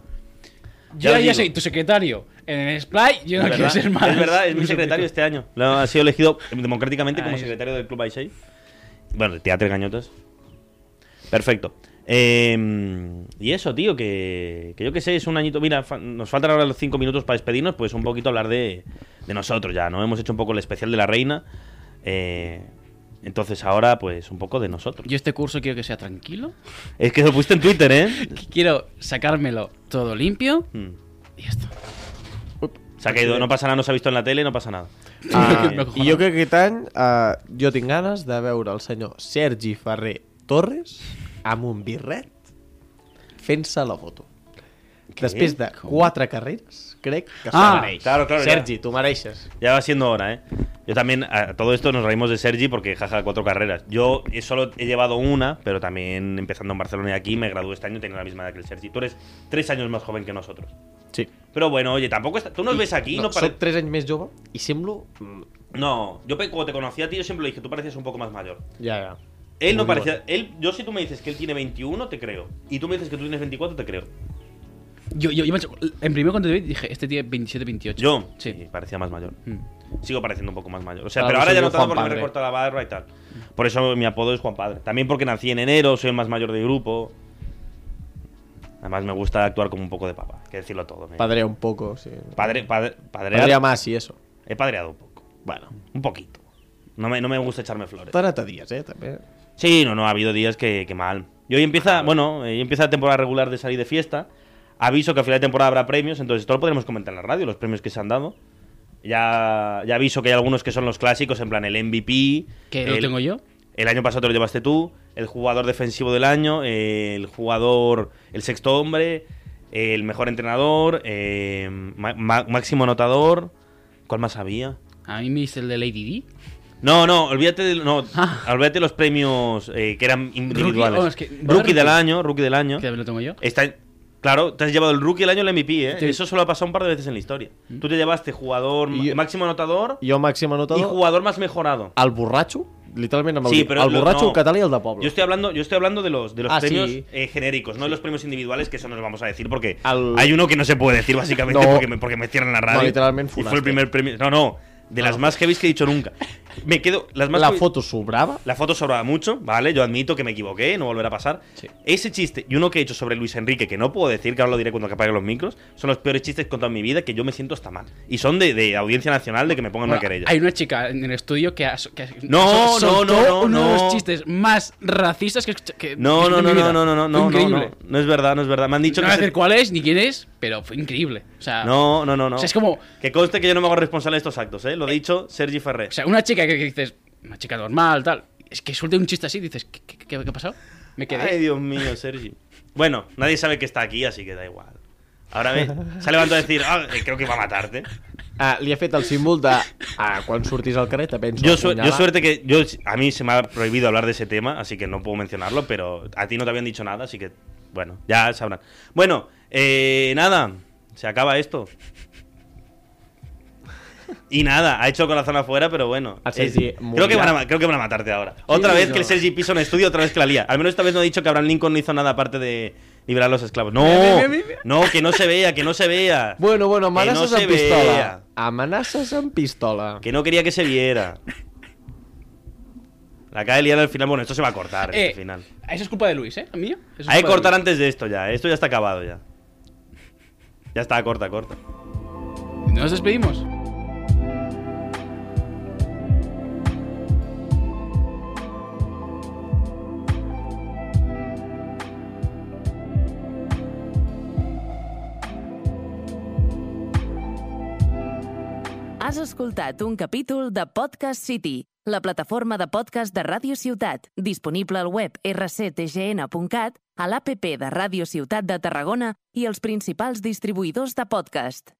Speaker 2: Ya
Speaker 3: Yo
Speaker 2: lo
Speaker 3: ya,
Speaker 2: digo.
Speaker 3: soy tu secretario en el Splay, yo
Speaker 2: Es
Speaker 3: no
Speaker 2: verdad,
Speaker 3: quiero ser más.
Speaker 2: Es verdad, es mi secretario este año. Lo ha sido elegido democráticamente como
Speaker 3: Ahí es.
Speaker 2: secretario del Club Aisei. Bueno, de Teatro Gañotas. Perfecto. Eh, y eso, tío, que, que yo que sé, es un añito. Mira, fa- nos faltan ahora los cinco minutos para despedirnos, pues un poquito hablar de, de nosotros ya, ¿no? Hemos hecho un poco el especial de la reina. eh, entonces ahora, pues un poco de nosotros.
Speaker 3: Yo este curso quiero que sea tranquilo.
Speaker 2: Es que lo pusiste en Twitter, ¿eh?
Speaker 3: Quiero sacármelo todo limpio.
Speaker 2: Mm.
Speaker 3: Y esto.
Speaker 2: Se ha caído, no pasa nada, no se ha visto en la tele, no pasa nada.
Speaker 4: Ah,
Speaker 2: Eh,
Speaker 4: I jo crec que aquest any uh, jo tinc ganes de veure el senyor Sergi Ferrer Torres amb un birret fent-se la foto. Després de
Speaker 3: Com?
Speaker 4: quatre carreres, crec que
Speaker 3: Ah,
Speaker 4: se mereix.
Speaker 2: claro, claro, ja.
Speaker 4: Sergi, tu mereixes.
Speaker 2: Ya va siendo hora, ¿eh? Yo también, a todo esto nos reímos de Sergi porque jaja, cuatro carreras. Yo he- solo he llevado una, pero también empezando en Barcelona y aquí me gradué este año, tenía la misma edad que el Sergi. Tú eres tres años más joven que nosotros.
Speaker 4: Sí.
Speaker 2: Pero bueno, oye, tampoco está- Tú nos ves aquí, no,
Speaker 4: no,
Speaker 2: pare-
Speaker 4: Soc tres anys més jove i semblo... mm,
Speaker 2: No, yo pe- cuando te conocí a ti, yo siempre le dije, tú parecías un poco más mayor.
Speaker 4: Ja, ja.
Speaker 2: Él no
Speaker 4: Muy
Speaker 2: parecía. Él, yo si tú me dices que él tiene 21, te creo. Y tú me dices que tú tienes 24, te creo.
Speaker 3: Yo, yo, yo me- en primer cuando te vi dije, este tiene 27, 28.
Speaker 2: Yo, sí,
Speaker 3: Sí.
Speaker 2: parecía más mayor.
Speaker 3: Mm.
Speaker 2: Sigo pareciendo un poco más mayor. O sea,
Speaker 4: Claro,
Speaker 2: pero ahora
Speaker 4: soy
Speaker 2: ya
Speaker 4: yo
Speaker 2: no tanto
Speaker 4: Juan
Speaker 2: porque me
Speaker 4: Padre. Mm.
Speaker 2: recorto la barba y tal. Por eso mi apodo es Juan Padre. También porque nací en enero, soy el más mayor del grupo. Además me gusta actuar como un poco de papá, hay que decirlo todo. me-
Speaker 4: Padrea un poco, sí.
Speaker 2: Padre, padre, padrear-
Speaker 4: Padrea más y eso.
Speaker 2: He padreado un poco.
Speaker 4: Bueno,
Speaker 2: Un poquito. No me, no me gusta echarme flores.
Speaker 4: tarata días, eh, també.
Speaker 2: Sí, no, no, ha habido días que, que mal. Y hoy empieza, bueno, eh, hoy empieza la temporada regular de salir de fiesta. Aviso que a final de temporada habrá premios, entonces esto lo podremos comentar en la radio, los premios que se han dado. Ya, ya aviso que hay algunos que son los clásicos, en plan el MVP.
Speaker 3: Que
Speaker 2: el,
Speaker 3: lo tengo yo.
Speaker 2: El año pasado te lo llevaste tú, el jugador defensivo del año, eh, el jugador, el sexto hombre, eh, el mejor entrenador, eh, ma- ma- máximo anotador. ¿Cuál más había?
Speaker 3: A mí me dice el de Lady D.
Speaker 2: No, no, olvídate de, no,
Speaker 3: Ah.
Speaker 2: olvídate de los premios eh, que eran individuales.
Speaker 3: oh, es que-
Speaker 2: rookie del
Speaker 3: Rookie.
Speaker 2: año, rookie del año.
Speaker 3: Que también lo tengo yo.
Speaker 2: Está, claro, te has llevado el rookie del año el MVP, ¿eh?
Speaker 3: Sí.
Speaker 2: Eso solo ha pasado un par de veces en la historia. Tú te llevaste jugador
Speaker 4: Mm. Y-
Speaker 2: máximo anotador
Speaker 4: Jo, màxim anotador, Ah,
Speaker 2: y jugador más mejorado.
Speaker 4: el borratxo, literalment amb el
Speaker 2: Sí,
Speaker 4: dit,
Speaker 2: però
Speaker 4: el
Speaker 2: lo-
Speaker 4: borratxo,
Speaker 2: no.
Speaker 4: el català i el de poble.
Speaker 2: Yo estoy hablando, yo estoy hablando de los de los
Speaker 4: Ah,
Speaker 2: premios
Speaker 4: sí.
Speaker 2: eh, genéricos, no de los premios individuales, que eso no los vamos a decir porque
Speaker 4: Al-
Speaker 2: hay uno que no se puede decir básicamente
Speaker 4: No.
Speaker 2: porque, me, porque me cierran la radio.
Speaker 4: literalmente
Speaker 2: y fue
Speaker 4: funaste. Ah,
Speaker 2: el primer premio. No, no, de las más heavy que he dicho nunca. Me quedo las más
Speaker 4: La
Speaker 2: heavy-
Speaker 4: foto sobrava,
Speaker 2: La foto sobraba mucho, ¿vale? Yo admito que me equivoqué, no volverá a pasar.
Speaker 4: Sí.
Speaker 2: Ese chiste y uno que he hecho sobre Luis Enrique, que no puedo decir, que ahora lo diré cuando apague los micros, son los peores chistes que he contado en mi vida que yo me siento hasta mal. Y son de, de audiencia nacional de que me pongan
Speaker 3: Bueno,
Speaker 2: una querella.
Speaker 3: hay una chica en el estudio que, ha, que ha-
Speaker 2: No,
Speaker 3: sol-
Speaker 2: no,
Speaker 3: soltó
Speaker 2: no, no,
Speaker 3: uno de
Speaker 2: no.
Speaker 3: los chistes más racistas que, escuch-
Speaker 2: No,
Speaker 3: que
Speaker 2: no,
Speaker 3: que he
Speaker 2: no,
Speaker 3: escuchado
Speaker 2: no,
Speaker 3: en mi
Speaker 2: no, no,
Speaker 3: vida.
Speaker 2: no, no,
Speaker 3: Fue
Speaker 2: no, no,
Speaker 3: increíble.
Speaker 2: no es verdad, no es verdad. Me han dicho
Speaker 3: No
Speaker 2: que
Speaker 3: voy a
Speaker 2: se-
Speaker 3: decir cuál es ni quién es, pero fue increíble. O sea,
Speaker 2: No, no, no, no.
Speaker 3: O sea, es como-
Speaker 2: Que conste que yo no me hago responsable de estos actos, ¿eh? Lo ha dicho Sergi Ferré.
Speaker 3: o sea, una chica que, que dices, una chica normal, tal, es que suelte un chiste así, dices, ¿qué, qué, qué- qué ha pasado? Me quedé.
Speaker 2: Ay, Dios mío, Sergi. Bueno, nadie sabe que está aquí, así que da igual. Ahora me... se ha levantado a decir, "Ah, eh, creo que va a matarte.
Speaker 4: ah, li ha fet el símbol de ah, quan surtis al carrer te penso
Speaker 2: Yo, su- yo
Speaker 4: apunyalar.
Speaker 2: suerte que yo a mí se me ha prohibido hablar de ese tema, así que no puedo mencionarlo, pero a ti no te habían dicho nada, así que bueno, ya sabrán. Bueno, eh, nada, se acaba esto. Y nada, ha hecho corazón afuera, pero bueno.
Speaker 4: Al Sergi
Speaker 2: Eh, creo,
Speaker 4: morirá.
Speaker 2: que van a, ma- creo que van a matarte ahora. Otra
Speaker 4: Sí,
Speaker 2: vez
Speaker 4: no.
Speaker 2: que el Sergi piso en estudio, otra vez que la lía. Al menos esta vez no ha dicho que Abraham Lincoln no hizo nada aparte de liberar a los esclavos. No,
Speaker 3: Mira, mira, mira, mira.
Speaker 2: no, que no se vea, que no se vea.
Speaker 4: Bueno, bueno,
Speaker 2: Que no
Speaker 4: amenaces
Speaker 2: se
Speaker 4: amb pistola.
Speaker 2: vea.
Speaker 4: Amenaces amb pistola.
Speaker 2: Que no quería que se viera. La acaba de liar al final. Bueno, esto se va a cortar,
Speaker 3: Eh,
Speaker 2: al final.
Speaker 3: Eso es culpa de Luis, ¿eh? ¿A mí? Eso es
Speaker 2: Hay que
Speaker 3: culpa de
Speaker 2: cortar
Speaker 3: Luis.
Speaker 2: antes de esto ya. Esto ya está acabado ya. Ya está, corta, corta.
Speaker 3: Nos despedimos.
Speaker 1: Has escoltat un capítol de Podcast City, la plataforma de podcast de Ràdio Ciutat, disponible al web rctgn.cat, a l'APP de Ràdio Ciutat de Tarragona i els principals distribuïdors de podcast.